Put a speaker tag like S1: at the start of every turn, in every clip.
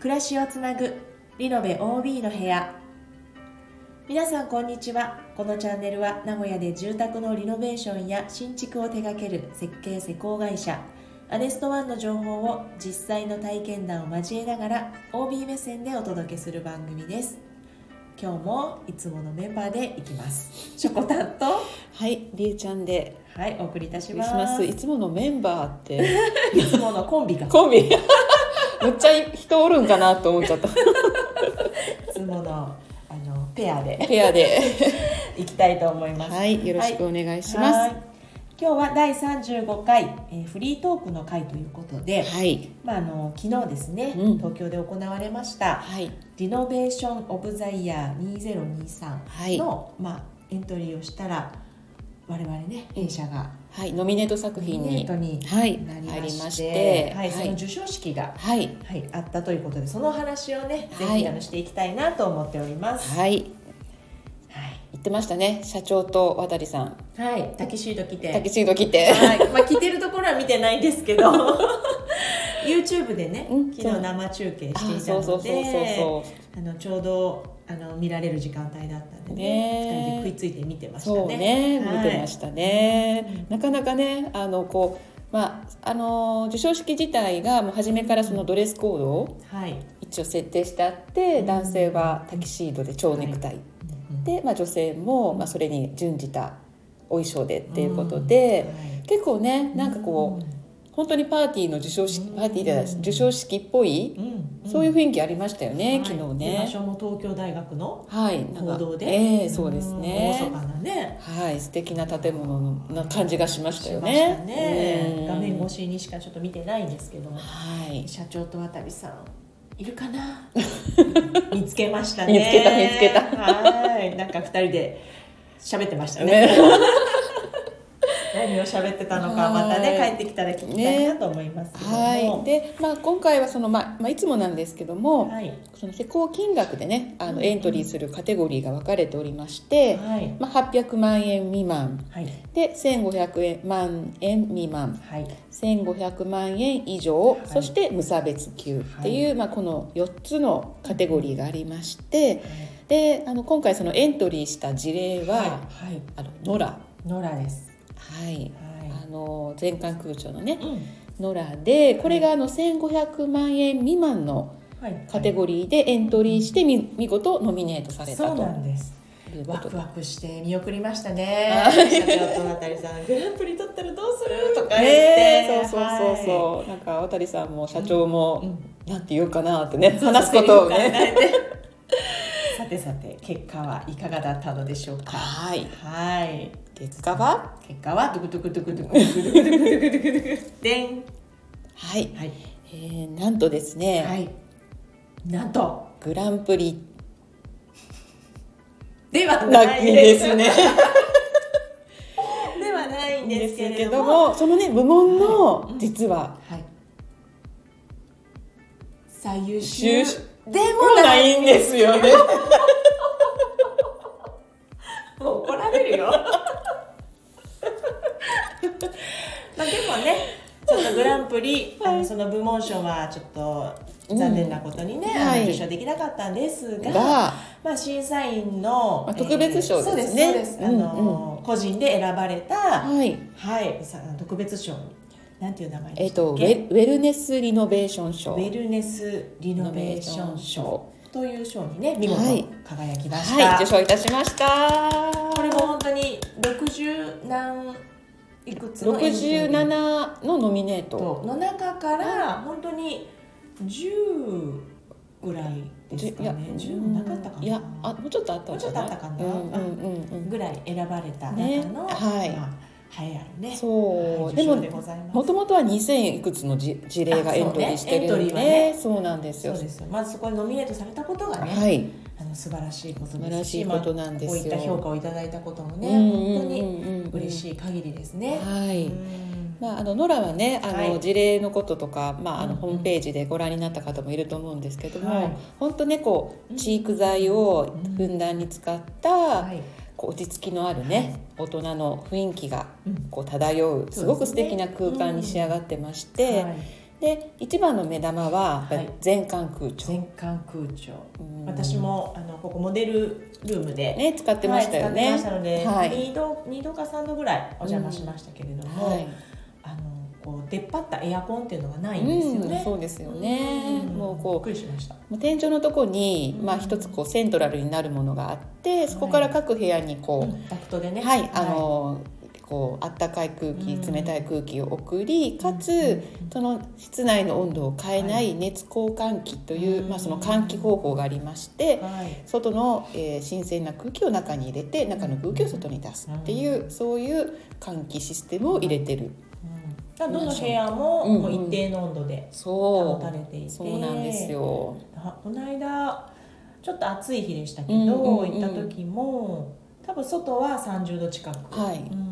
S1: 暮らしをつなぐリノベ OB の部屋皆さんこんにちはこのチャンネルは名古屋で住宅のリノベーションや新築を手掛ける設計施工会社アネストワンの情報を実際の体験談を交えながら OB 目線でお届けする番組です今日もいつものメンバーでいきますしょこたんと
S2: はい、りえちゃんで
S1: はいお送りいたし
S2: し
S1: ます
S2: ます。いつものメンバーって
S1: いつものコンビが
S2: コンビ むっちゃ人おるんかなと思っちゃ った。
S1: いつものあのペアで
S2: ペアで
S1: いきたいと思います
S2: はい、よろしくお願いします。
S1: は
S2: はい
S1: 今日は第35回、えーフリートークの回ということで、
S2: い、はい、
S1: まあ、あの昨日ですね、
S2: うん
S1: 東京で行われました
S2: はい、
S1: リノベーション・オブ・ザ・イヤー2023の、まあ、エントリーをしたら我々ね弊社が
S2: ノミネート作品
S1: ネー
S2: に
S1: トに
S2: はい
S1: な
S2: 入
S1: り
S2: りま
S1: ま
S2: し
S1: して
S2: て、
S1: はいそ
S2: は
S1: の
S2: い、
S1: 授賞式が、
S2: はい、
S1: はい、あったということでその話をねぜ
S2: は
S1: ひ
S2: い
S1: あのしていきたいなと思っております。
S2: は
S1: は
S2: い
S1: い
S2: 言ってましたね。社長と渡りさん、
S1: はい、タキシード着て
S2: タキシード着て、
S1: はい、まあ、着てるところは見てないんですけど YouTube でね
S2: うん
S1: 昨日生中継
S2: あ
S1: していた
S2: そうそうそう
S1: の
S2: そう
S1: で
S2: そう。
S1: あのちょうどあの見られる時間帯だったんでね2人
S2: ね
S1: で食いついて見てましたね。
S2: そうね、
S1: はい
S2: 見てましたね、
S1: う
S2: なかなかねあのこうまああの授賞式自体がもう初めからそのドレスコードを
S1: はい、
S2: 一応設定してあって、
S1: うん
S2: 男性はタキシードで蝶ネクタイ、で、まあ、女性も、まあ、それに準じたお衣装でっていうことで、結構ねなんかこう、本当にパーティーの授賞式パーティーじゃない
S1: うん
S2: 授賞式っぽい、
S1: うん、うんうん
S2: そういう雰囲気ありましたよね、
S1: はい
S2: 昨日
S1: で場
S2: ね。
S1: 所も東京大学の
S2: はい、なん
S1: 報
S2: か
S1: 道で、
S2: ええそうです
S1: うん
S2: ね
S1: 厳。かなね。
S2: はい、素敵な建物のな感じがしましたよ
S1: しま
S2: ね
S1: した。ね
S2: うん
S1: 画面越しにしかちょっと見てないんですけども。
S2: はい。
S1: 社長と渡さんいるか な見つけましたね
S2: 見つけた見つけた
S1: はいなんか二人で喋ってました ね
S2: ね
S1: 何を喋ってたのかまたね
S2: は
S1: 帰
S2: い
S1: ってきたら聞きたいなと思いますけども、
S2: はい。で、まあ今回はそのまあまあいつもなんですけども、
S1: はい
S2: その施工金額でね、
S1: う
S2: あ
S1: んう
S2: の
S1: ん
S2: エントリーするカテゴリーが分かれておりまして、
S1: はい
S2: まあ800万円未満
S1: はい
S2: で1500円万円未満。
S1: はい
S2: 1500万円以上、
S1: い
S2: そして無差別級っていう、まあ、この4つのカテゴリーがありましてであの今回そのエントリーした事例は、
S1: はいはい
S2: あのノラ、
S1: ノラです
S2: はい、
S1: は
S2: あの全館空調のね
S1: い、うん
S2: ノラでこれがあの1500万円未満の
S1: はい、
S2: カテゴリーでエントリーしてみ見事ノミネートされ
S1: そ
S2: た
S1: う
S2: と
S1: なんです
S2: いうこ
S1: ワ
S2: と
S1: ク
S2: で。
S1: ワクして見送りましたね
S2: は
S1: 社
S2: い
S1: 長と渡さんグランプリ取ったらどうするとか言って、
S2: ねえ、そうそうそうそう、なんか渡りさんも社長も、
S1: うん
S2: なんて言うかなってね話すことをね。
S1: さてさて結果はいかがだったのでしょうか。
S2: はい
S1: はい。
S2: 結果は
S1: 結果はドゥクドゥクドゥクドゥクドゥクドゥクドゥクドゥクドゥクでん。
S2: はい、
S1: はい。
S2: えー、なんとですね、
S1: はい。なんと
S2: グランプリ
S1: では
S2: ラ
S1: な
S2: ッ
S1: い
S2: キーです
S1: ね。
S2: ね。
S1: ではないん
S2: で
S1: ですすけ
S2: け
S1: れ
S2: ど
S1: ども。
S2: もそのね部門の
S1: うん
S2: 実は
S1: はい。最優秀
S2: 秀
S1: でも
S2: も
S1: な。
S2: ないいんですよね。
S1: もう怒られる よ。まあでもね、ちょっとグランプリ、あのその部門賞はちょっと残念なことにね、
S2: うん
S1: あの
S2: はい
S1: 受賞できなかったんですが、
S2: が
S1: まあ審査員の、
S2: まあ特別賞ですね
S1: そうですそうです。あの、個人で選ばれた、
S2: はい、
S1: はい、さ特別賞なんていう名前
S2: え
S1: で
S2: っ
S1: した
S2: とウ
S1: っけ？
S2: ェウェルネスリノベーション賞
S1: ウェルネスリノベーション賞という賞にね見事
S2: はい
S1: 輝きました。
S2: はい受賞いたしました。
S1: これも本当に60何いくつの
S2: 六十七のノミネート。
S1: の中から本当に10ぐらいですかね10もなかったかない
S2: やあもうちょっとあったんじゃな
S1: も
S2: い
S1: うちょっとあったかな
S2: うんうんうん
S1: ぐらい選ばれた中の、
S2: ねはい
S1: まあ、栄えある
S2: うん。
S1: ね
S2: そう、
S1: はい
S2: でも
S1: 受賞でございます
S2: もともとは2000いくつのじ事例がエントリーしてる
S1: あそうねエントリ
S2: ん
S1: ー
S2: で
S1: はね
S2: そうなんです
S1: そ
S2: よ
S1: うですよまずそこにノミネートされたことがね、
S2: はい
S1: あの素晴らしいこと
S2: 素晴
S1: で
S2: ら
S1: すし
S2: しいことなんですよ
S1: まあこういった評価をいただいたこともね、本当に
S2: 本
S1: 嬉
S2: い
S1: しい限りですね、
S2: はい、
S1: うん
S2: まあ、あのノラはねあの、
S1: はい
S2: 事例のこととか、まあ、あ
S1: うんう
S2: の
S1: ん
S2: ホームページでご覧になった方もいると思うんですけども、
S1: はい
S2: 本当ねこ
S1: う
S2: うん知育剤をふんだんに使った、
S1: はい
S2: こう落ち着きのあるね、大人の雰囲気が
S1: うん
S2: こう漂
S1: す
S2: う
S1: ね
S2: すごく素敵な空間に仕上がってまして、
S1: はい
S2: で一番の目玉は
S1: はい
S2: 全館空調、
S1: 全館空調
S2: うん
S1: 私もあのここモデルルームで、
S2: ね使ってましたよ
S1: はい、使
S2: ね。
S1: ってましたので、
S2: は
S1: はい度二度か三度ぐらいお邪魔しましたけれども、
S2: はい
S1: あのこう出っ張ったエアコンっていうのがないんですよ
S2: うん、
S1: ね。
S2: そうですよね。
S1: ん
S2: もう
S1: びっ
S2: こ
S1: くりしました。
S2: う天井のとこに、
S1: うん
S2: まあ一つこうセントラルになるものがあって、そこから各部屋にこう、
S1: ダクトでね。
S2: はい、あの、こうあったかい空気、
S1: うん
S2: 冷たい空気を送り、かつ、
S1: うん
S2: その室内の温度を変えな
S1: はい
S2: 熱交換器という、
S1: うん
S2: まあその換気方法がありまして、
S1: はい、
S2: 外の、えー新鮮な空気を中に入れて中の空気を外に出すっていう、そういう換気システムを入れて
S1: う
S2: る、
S1: んだからどの部屋も
S2: うん
S1: もう一定の温度で保
S2: そ
S1: たれていて、
S2: うそうなんです。よ、
S1: あこの間ちょっと暑い日でしたけど、
S2: うんうんうん
S1: 行った時も多分外は30度近く、
S2: はい
S1: うん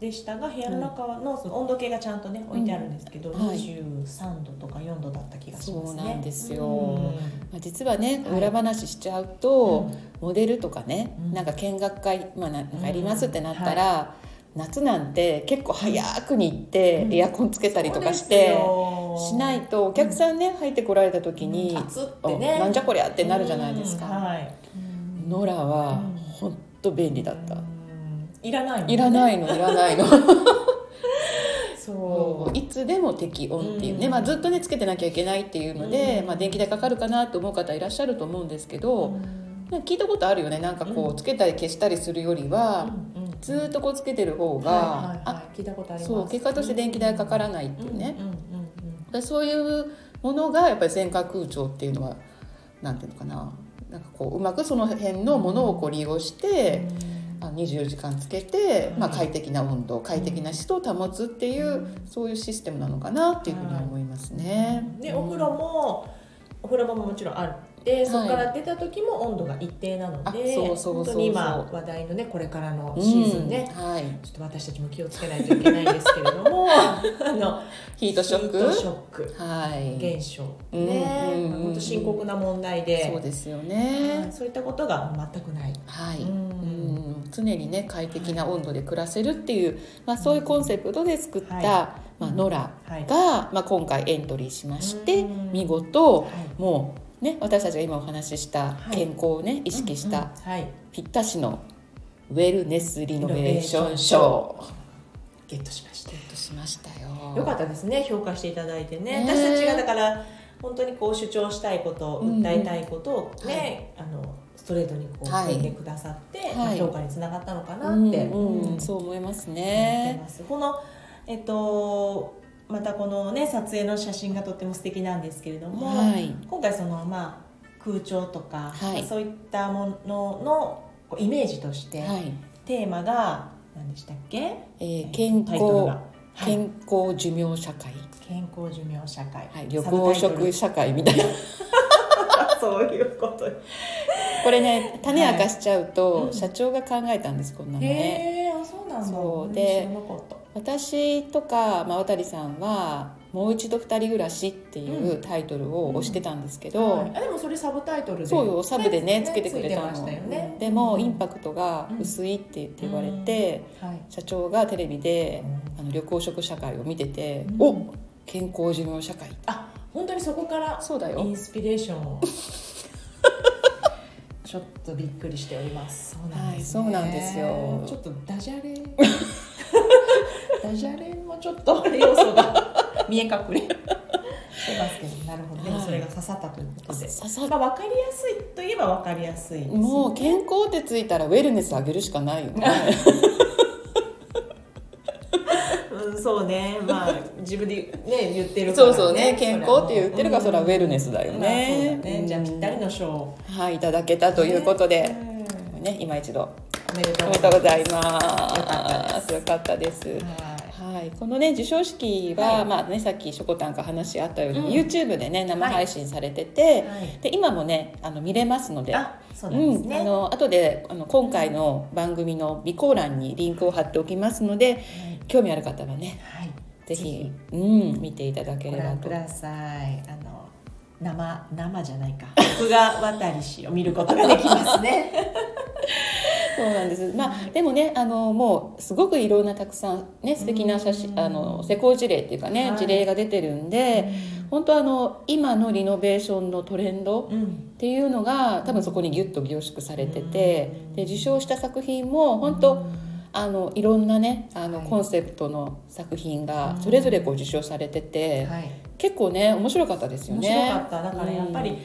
S1: でしたが部屋の中のその温度計がちゃんとね置いてあるんですけど、
S2: はい
S1: 23度とか4度だった気がしますね。
S2: そうなんですよ
S1: うん
S2: まあ、実はね
S1: はい
S2: 裏話しちゃうと、
S1: うん
S2: モデルとかね、
S1: うん
S2: なんか見学会、まあ、ななんかありますってなったら、夏なんて結構早くに行って、
S1: うん
S2: エアコンつけたりとかし
S1: そう
S2: て
S1: です、よ
S2: しないとお客さんね、入ってこられた時に、
S1: 暑ってね
S2: おなんじゃこりゃってなるじゃないですか。
S1: うんはい、
S2: ノラ
S1: う
S2: は
S1: ん
S2: 本当便利だった、
S1: うんいらないもんね
S2: いらないのいらないの
S1: そう
S2: いつでも適温っていうね、
S1: うん
S2: まあ、ずっとねつけてなきゃいけないっていうので、
S1: うん
S2: まあ、電気代かかるかなと思う方いらっしゃると思うんですけ
S1: う
S2: ど、
S1: ん
S2: なんか聞いたことあるよねなんかこ
S1: う
S2: うつけたり消したりするよりは、
S1: うんうん
S2: ずっとこうつけてる方が、
S1: はいはいはい、聞いたことあ
S2: あ
S1: ります
S2: そう結果として電気代かからないっていうね、
S1: うんうんうん
S2: でそういうものがやっぱり全化空調っていうのはなんていうのかななんかこううまくその辺のものをこう利用して、あの24時間つけて、
S1: うん
S2: まあ、快適な温度快適な湿度を保つっていう、そういうシステムなのかなっていうふうに思いますね。
S1: うんで
S2: うん
S1: お風呂もお風呂場ももちろんあって、
S2: い
S1: そこから出た時も温度が一定なの
S2: あ
S1: で
S2: そうそうそうそう
S1: 本当に今話題のねこれからのシーズンね、
S2: うんはい、
S1: ちょっと私たちも気をつけないといけないんですけれど もあの
S2: ヒートショック
S1: ヒートショック
S2: はい
S1: 現象
S2: うん
S1: ね、
S2: うん
S1: まあ本当深刻な問題で
S2: そうですよ
S1: は
S2: ね
S1: い、そういったことが全くない。
S2: はい、
S1: うん
S2: うん常にね快適な温度で暮らせるっていう、まあ、そういうコンセプトで作った、
S1: はい
S2: まあ、ノラ
S1: はい
S2: が、まあ、今回エントリーしまして
S1: うん
S2: 見事
S1: はい
S2: もうね私たちが今お話しした
S1: はい
S2: 健康をね意識し
S1: うん
S2: た
S1: うんはい、
S2: ぴったしのウェルネスリノベーション賞を
S1: ゲットしました
S2: ゲットしましたよ。
S1: よかったですね評価していただいてね
S2: ね
S1: 私たちがだから本当にこう主張したいこと
S2: うんうん
S1: 訴えたいことをね、あのストレートにこう
S2: はい
S1: 書いてくださって、
S2: い
S1: まあ評価につながったのかな
S2: うん
S1: って、
S2: うん
S1: ん
S2: そう思います
S1: 思って
S2: ね。
S1: ますこのえっとまたこのね撮影の写真がとっても素敵なんですけれども、
S2: はい
S1: 今回そのまあ空調とか、
S2: はい
S1: そういったもののこうイメージとして、
S2: はい
S1: テーマが何でしたっけ
S2: えー健
S1: タイトルが
S2: 康
S1: はい
S2: 健康寿命社会、
S1: 健康寿命社会、
S2: はい、旅行
S1: サブタイトル
S2: 食社会みたいな
S1: そういうことに。
S2: これね種明かしちゃう
S1: はいう
S2: と
S1: ん
S2: 社長が考えたんですこんなのね。
S1: へえ、あ、そうなんだ。
S2: そうで
S1: 知らなかった
S2: 私とか、まあ、渡さんは「もう一度二人暮らし」っていうタイトルを推してたんですけど、
S1: はいあ、でもそれサブタイトルで。
S2: そうよサブでね
S1: ね
S2: つけてくれ
S1: ついて
S2: た
S1: ま
S2: の、
S1: したよね
S2: でもインパクトが薄いって言われて、
S1: はい。
S2: 社長がテレビで
S1: う
S2: あの旅行食社会を見てて
S1: う
S2: 「
S1: ん
S2: お健康寿命社会
S1: あ、本当にそこから」。
S2: そうだ
S1: イ
S2: よ
S1: ンスピレーションを。 ちょっとびっくりしております。そうなんです、ね
S2: はいそうなんですよ
S1: ちょっとダジャレ。 ダジャレもちょっと要素が見え隠れ。してますけど、なるほどね、
S2: はい
S1: それが刺さったということで
S2: 刺。さ
S1: まあ、わかりやすいといえばわかりやすいですね、
S2: もう健康ってついたらウェルネスあげるしかないよね
S1: うん、そうね、ま あ、自分で、ね、言ってるから、
S2: そ
S1: ね。
S2: うそうね健康って言ってるからそれはウェルネ
S1: ス
S2: スだ
S1: だ
S2: よね,、
S1: そうだね、じゃあ、ぴったりの賞を。
S2: はいいただけたということで、
S1: うん
S2: ね今一度
S1: おめでと
S2: お
S1: う
S2: めでとうござい
S1: す。
S2: ます。よかったです。
S1: はい
S2: はい、このね授賞式は、
S1: はい
S2: まあねさっきしょこたんから話あったように、
S1: うん
S2: YouTube でね生配信されてて、
S1: はい
S2: で今もねあの見れますので。
S1: あ、そうなんです
S2: うん、あ
S1: ね。は
S2: の後であの今回の番組の備考欄にリンクを貼っておきますので
S1: い
S2: 興味ある方はね
S1: はい、ぜ
S2: ぜひ
S1: ひ、
S2: うん、見ていただけ
S1: ご
S2: れば
S1: 覧
S2: と
S1: ください。あの、 生、生じゃないか。僕が渡りしを見ることができますね。
S2: そうなんです。まあ、でもね、あの、もう、すごくいろんなたくさん、ね、素敵な写
S1: う
S2: 真、
S1: ん
S2: あの、施工事例っていうかね、
S1: はい
S2: 事例が出てるんで。本当、あの、今のリノベーションのトレンド。
S1: うん
S2: っていうのが多分そこにギュッと凝縮されてて、で受賞した作品も本当、あのいろんなねあの
S1: はい
S2: コンセプトの作品が
S1: うん
S2: それぞれこう受賞されてて、
S1: はい、
S2: 結構ね面白かったですよ
S1: 面
S2: ね。
S1: 白かっただからやっぱり、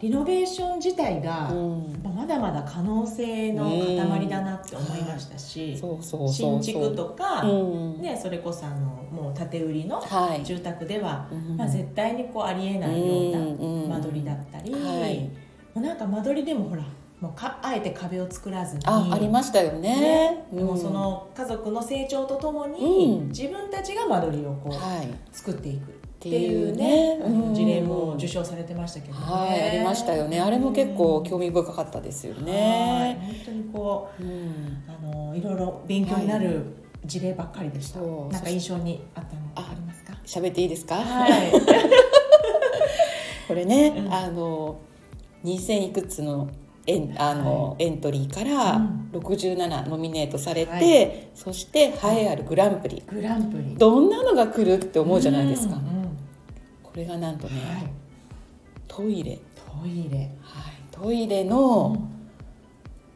S1: リノベーション自体が、
S2: うん
S1: まあまだまだ可能性の塊だなって思いましたし、
S2: そうそうそうそ
S1: 新
S2: う
S1: 築とか、
S2: うん
S1: ね、それこそあのもう建て売りの
S2: はい、
S1: 住宅では、
S2: うん
S1: まあ、絶対にこうありえないよう
S2: うんうん
S1: な間取りだったり、
S2: はい
S1: もうなんか間取りでもほらもうかあえて壁を作らずに
S2: あありましたよね。
S1: ね
S2: うん
S1: でもその家族の成長とともに、
S2: うん
S1: 自分たちが間取りをこう
S2: はい、っ
S1: 作っていくっててい
S2: いうう
S1: ね
S2: ね
S1: あの事例も
S2: うん
S1: 受賞されてましたけどね。
S2: はい、ありましたよね。あれも結構興
S1: 味
S2: 味深かったですよね。
S1: 本当にこ
S2: うん、
S1: うあのいろいろ勉強になる事例ばっかりでした。
S2: そう
S1: なんか印象にあったの
S2: あ
S1: ありますか？
S2: 喋っていいですか？
S1: はい。
S2: これね、
S1: うん
S2: あの2000いくつのエンあの、エントリーから
S1: うん
S2: 67ノミネートされて、
S1: は
S2: そして栄えあるグランプリ、
S1: グランプリ。
S2: どんなのが来るって思うじゃないですか、
S1: うんうん
S2: これがなんとね、
S1: はい。
S2: トイレ、
S1: トイレ。
S2: はい、トイレの、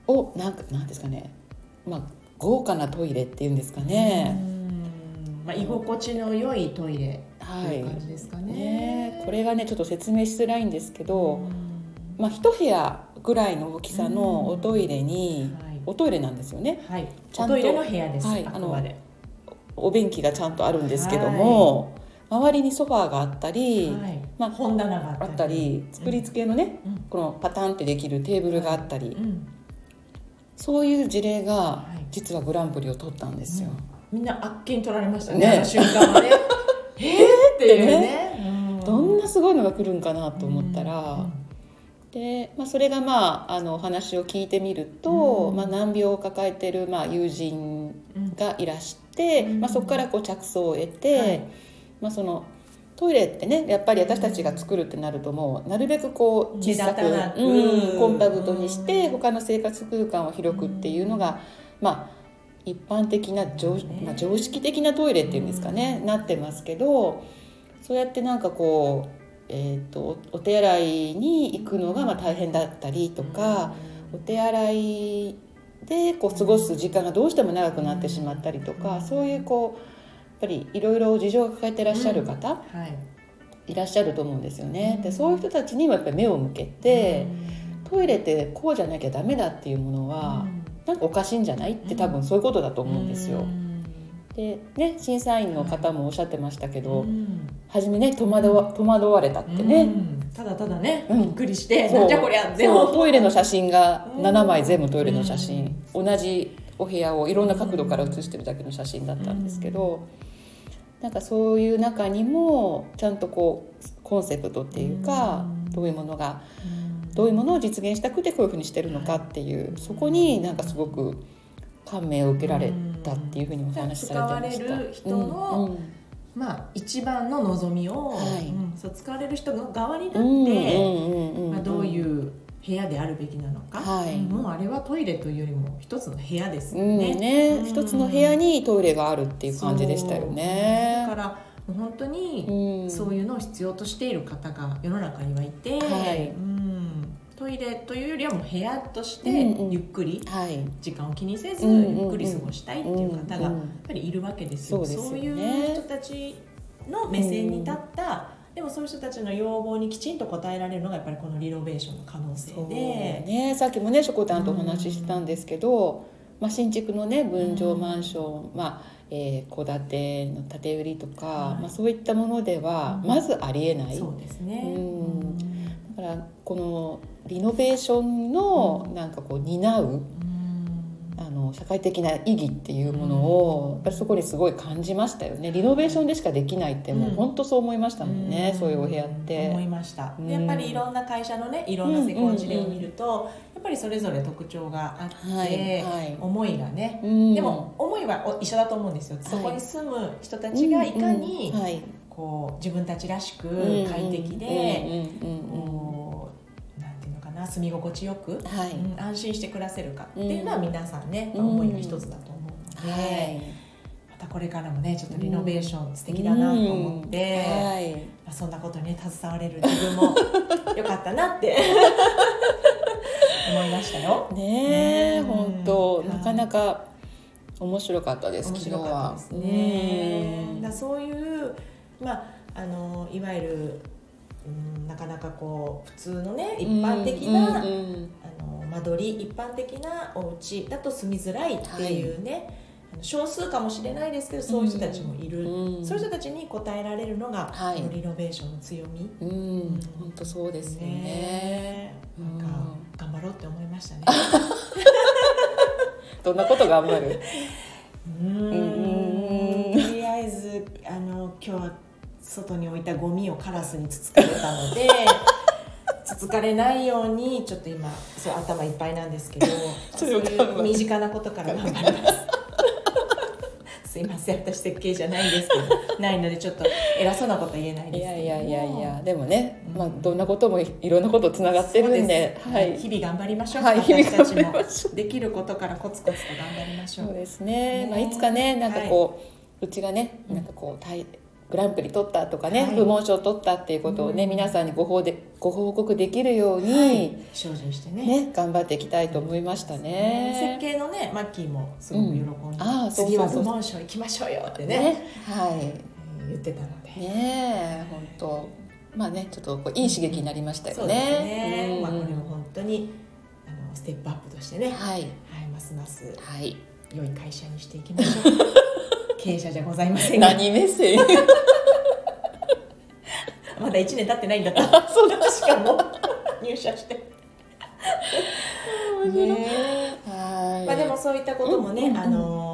S2: をなんかなんですかねまあ豪華なトイレっていうんですかね、
S1: うんまあ居心地の良いトイレと
S2: はいいう
S1: 感じですかね。
S2: ね、これがねちょっと説明しづらいんですけど、
S1: うん
S2: まあ、一部屋ぐらいの大きさのおトイレに、
S1: はい
S2: おトイレなんですよね
S1: はい、
S2: ちゃんと
S1: おトイレの部屋です、
S2: はい
S1: あくまで。
S2: お便器がちゃんとあるんですけども、周りにソファーがあったり、
S1: はい
S2: まあ
S1: 本棚が
S2: あった、り作り付けのね、
S1: うん
S2: このパタンってできるテーブルがあったり、
S1: うん、
S2: そういう事例が
S1: い
S2: 実はグランプリを取ったんですよ。
S1: みんなあっけに取られましたね、
S2: ね
S1: あの瞬間 はね。えーっていうね。う
S2: どんなすごいのが来るんかなと思ったら、でまあ、それが、まあ、あのお話を聞いてみると、
S1: うん
S2: まあ、難病を抱えてる、まあ、友人
S1: うん
S2: がいらして、
S1: うん
S2: まあ、そこからこう着想を得て、
S1: はい
S2: まあ、そのトイレってねやっぱり私たちが作るってなるともうなるべくこう小さく、
S1: 目立たなく
S2: うんコンパクトにして
S1: うん
S2: 他の生活空間を広くっていうのが、まあ一般的な常,、
S1: ね
S2: まあ、常識的なトイレっていうんですかね、なってますけどそうやってなんかこう、えー、とお手洗いに行くのがまあ大変だったりとか。、お手洗いでこう過ごす時間がどうしても長くなってしまったりとか、
S1: うん
S2: そういうこうやっぱりいろいろ事情を抱えていらっしゃる方、
S1: うんはい、
S2: いらっしゃると思うんですよね。
S1: う
S2: で
S1: ん
S2: そういう人たちにもやっぱり目を向けて、トイレってこうじゃなきゃダメだっていうもの
S1: うん、
S2: は、なんかおかしいんじゃないって多
S1: うん
S2: 分そういうことだと思うんですよ。
S1: うん
S2: でね審査員の方もおっしゃってましたけど、
S1: うん
S2: 初めね戸惑わ戸惑われたってね。
S1: うんただただね、
S2: うん
S1: びっくりして、
S2: そう
S1: なんじゃこりゃ、で
S2: そう
S1: も、
S2: トイレの写真が
S1: うん
S2: 7枚全部トイレの写真、同じお部屋をいろんな角度から写してるだけの写真だったんですけど、なんかそういう中にもちゃんとこうコンセプトっていうか、
S1: うん
S2: どういうものが
S1: うん
S2: どういうものを実現したくてこういうふうにしてるのかっていう、そこになんかすごく感銘を受けられたっていうふうにお話しされてました。
S1: 使われる人の
S2: うんうん
S1: まあ、一番の望みを、
S2: はい
S1: うんそう使われる人の側になって、
S2: うんうんんん
S1: まあ、どういう部屋であるべきなのか、
S2: はい
S1: うんもうあれはトイレというよりも一つの部屋です
S2: う
S1: よ
S2: ん
S1: ね。
S2: ね
S1: うん
S2: 一つの部屋にトイレがあるっていう感じでしたよ
S1: だか
S2: ね。
S1: らもう本当
S2: う
S1: に
S2: ん、
S1: そういうのを必要としている方が世の中にはいて、
S2: はい
S1: うんトイレというよりはもう部屋として
S2: うんうん
S1: ゆっくり
S2: はい、
S1: 時間を気にせず
S2: うんうんうん
S1: ゆっくり過ごしたいっていう方が
S2: う
S1: や
S2: んうん
S1: っぱりいるわけですよ。
S2: そうですよね
S1: いう人たちの目線に立った、でもそういう人たちの要望にきちんと応えられるのがやっぱりこのリノベーションの可能性
S2: そう
S1: で。
S2: ね、さっきもねしょこたんとお話ししたんですけど、まあ、新築のね分譲マンション、まあえー戸建ての建て売りとか、
S1: はい
S2: まあ、そういったものでは
S1: うん
S2: まずありえない、
S1: そうですね。
S2: うん
S1: うん
S2: だからこのリノベーションのなんかこう担うあの社会的な意義っていうものをやっぱりそこにすごい感じましたよねリノベーションでしかできないってもう
S1: うん
S2: 本当そう思いましたもんね、
S1: ん
S2: そういうお部屋っ
S1: 思い
S2: て。
S1: ました、
S2: うん
S1: でやっぱりいろんな会社のねいろんな施工事例を見ると、やっぱりそれぞれ特徴があって、
S2: はいはい
S1: 思いがね、
S2: うん
S1: でも思いはお一緒だと思うんですよ、
S2: い
S1: そこに住む人たちがいかに、
S2: うんうんはい
S1: こう自分たちらしく
S2: うん
S1: 快適で、
S2: うんうんうんうん
S1: こうなんていうのかなな住み心地よく、
S2: は
S1: う
S2: い、
S1: ん、安心して暮らせるかっていうのは
S2: うん
S1: 皆さんね、
S2: うん
S1: 思いの一つだと思うので、
S2: はい、
S1: またこれからもねちょっとリノベーション素敵だなと思って、
S2: うんはい、
S1: まあ、そんなことにね携われる自分もよかったなって思いましたよ。
S2: ねえ
S1: うん
S2: 本当
S1: はい
S2: なかなか面白かったです
S1: 面
S2: 昨
S1: 白
S2: 日
S1: かった
S2: は
S1: ですね。
S2: うん
S1: だからそういうまああのいわゆる、うん、なかなかこう普通のね一般的な、
S2: うんうん
S1: あの間取り一般的なお家だと住みづらいっていうね、あの少数かもしれないですけどそういう人たちもいる、
S2: うんうん
S1: そういう人たちに応えられるのが、
S2: はい
S1: このリノベーションの強み
S2: うんうん本当そうですよね
S1: えなんか
S2: う
S1: 頑張ろうって思いましたね。
S2: どんなこと頑張る
S1: うー
S2: うん
S1: んとりあえずあの今日は外に置いたゴミをカラスにつつかれたの でつつかれないようにちょっと今そう頭いっぱいなんですけど
S2: そ
S1: そうい
S2: れを頑張る
S1: う身近なことから頑張りますすいません私設計じゃないですけどないのでちょっと偉そうなことは言えないで
S2: い
S1: すけ
S2: や
S1: ど
S2: いやいやいやでもね、
S1: うん
S2: まあどんなこともいいろんなことつながってるんで
S1: そうす
S2: はい
S1: 日々頑張りましょう、
S2: はい
S1: 私たち
S2: 日々頑張り
S1: も
S2: ましょ
S1: できることからコツコツと頑張りましょ
S2: そう
S1: う
S2: ですね
S1: ね
S2: まあ、いつかねなんかこう、うちがね
S1: うん
S2: なんかこう大グランプリ取ったとかね、
S1: はい
S2: 部門賞取ったっていうことをね、
S1: うん
S2: 皆さんにご報でご報告できるように、
S1: 精進してね
S2: ね、頑張っていきたいと思いましたね。
S1: 設計のねマッキーもすごく喜んで、
S2: うんああそうそうそう
S1: 次は部門賞行きましょうよってね
S2: ねは
S1: えー言ってたので、
S2: い、ねえ、本当、まあね、ちょっとこういい刺激になりました
S1: そ
S2: よ
S1: うです
S2: ね。
S1: ね、
S2: うん
S1: まあ、これも本当にあのステップアップとしてね、は
S2: はい、
S1: い、ますます
S2: はい、
S1: 良い会社にしていきまし ょう経営者じゃございませんが
S2: 何目線。
S1: まだ1年経ってないんだったそうだしかも入社して
S2: 面白い
S1: ねえ
S2: はい、
S1: まあ、でも、そういったこともね、
S2: うんうんうん
S1: あの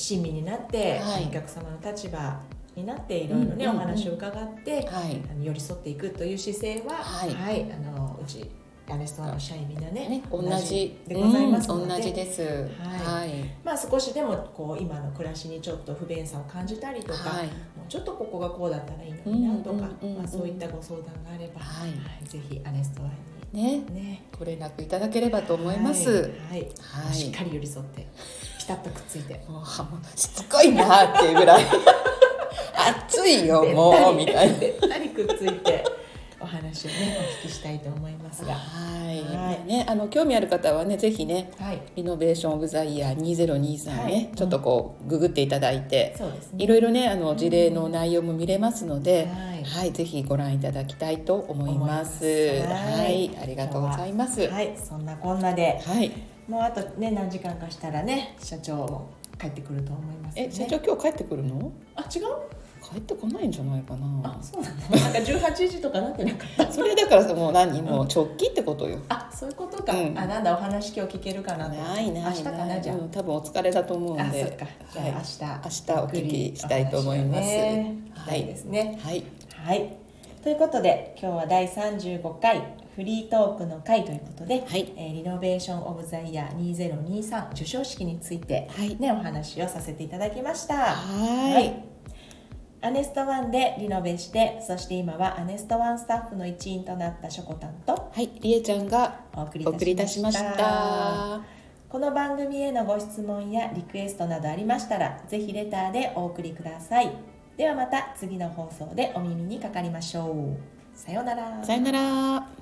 S1: 親身になって、
S2: はい
S1: お客様の立場になっていろいろね、
S2: うんうんうん
S1: お話を伺って、
S2: はい、
S1: あの寄り添っていくという姿勢は、
S2: はい
S1: あのうちアネストアの社員みんなね
S2: ね、同じ
S1: でございます
S2: う
S1: の
S2: ん
S1: で,、
S2: 同じです。
S1: は
S2: はい、
S1: まあ、少しでもこう今の暮らしにちょっと不便さを感じたりとか、
S2: はい、
S1: もうちょっとここがこうだったらいいのになとか、
S2: うんうんうんうん
S1: まあ、そういったご相談があれば、
S2: はい
S1: ぜひアネストア
S2: ね、
S1: にね
S2: ご連絡いただければと思います。
S1: はいはい
S2: はい
S1: しっかり寄り添ってピタッとくっついて。
S2: もうはもうしつこいなっていう ぐらい暑いよもうみたいな。
S1: べったりくっついてお話をねお聞きしたいと思いますが
S2: はい、
S1: はい
S2: ねあの興味ある方はねぜひね
S1: はい
S2: リノベーションオブザイヤー2023ね、
S1: はい
S2: ちょっとこうググっていただいて、
S1: そうです
S2: い
S1: ね
S2: ろいろねあの事例の内容も見れますので、
S1: はい
S2: はいぜひご覧いただきたいと思います。
S1: 思います
S2: は
S1: はい
S2: い、ありがとうございます。はい、
S1: はいそんなこんなで
S2: はい、
S1: もうあとね何時間かしたらね社長も帰ってくると思います、ね、
S2: え社長今日帰ってくるの？
S1: あ違う
S2: 帰ってこないんじゃないか
S1: あ
S2: な。
S1: そうなのなんか18時とかなってなかった
S2: それだからもう何もう直帰ってことよ。
S1: あそういうことか、
S2: うん
S1: あなんだお話今日聞けるかなと
S2: ないないない
S1: 明日かなじゃあ、
S2: うん多分お疲れだと思うんで
S1: あそっかじゃあ
S2: はい、
S1: 明日、
S2: 明日お聞きしたいと思い
S1: ゆっ
S2: ます
S1: くりお話をね聞きたいですね、
S2: はい、
S1: はい。ということで今日は第35回フリートークの会ということで、
S2: はい
S1: えーリノベーション・オブ・ザ・イヤー2023授賞式について、
S2: はい
S1: ね、お話をさせていただきました。
S2: はい
S1: アネストワンでリノベしてそして今はアネストワンスタッフの一員となったしょこたんと
S2: はい、りえちゃんが
S1: お送
S2: お送り
S1: りい
S2: い
S1: た
S2: た
S1: し
S2: し
S1: ま
S2: ま
S1: し
S2: したた。
S1: この番組へのご質問やリクエストなどありましたらぜひレターでお送りくださいではまた次の放送でお耳にかかりましょうさようなら
S2: さよなら。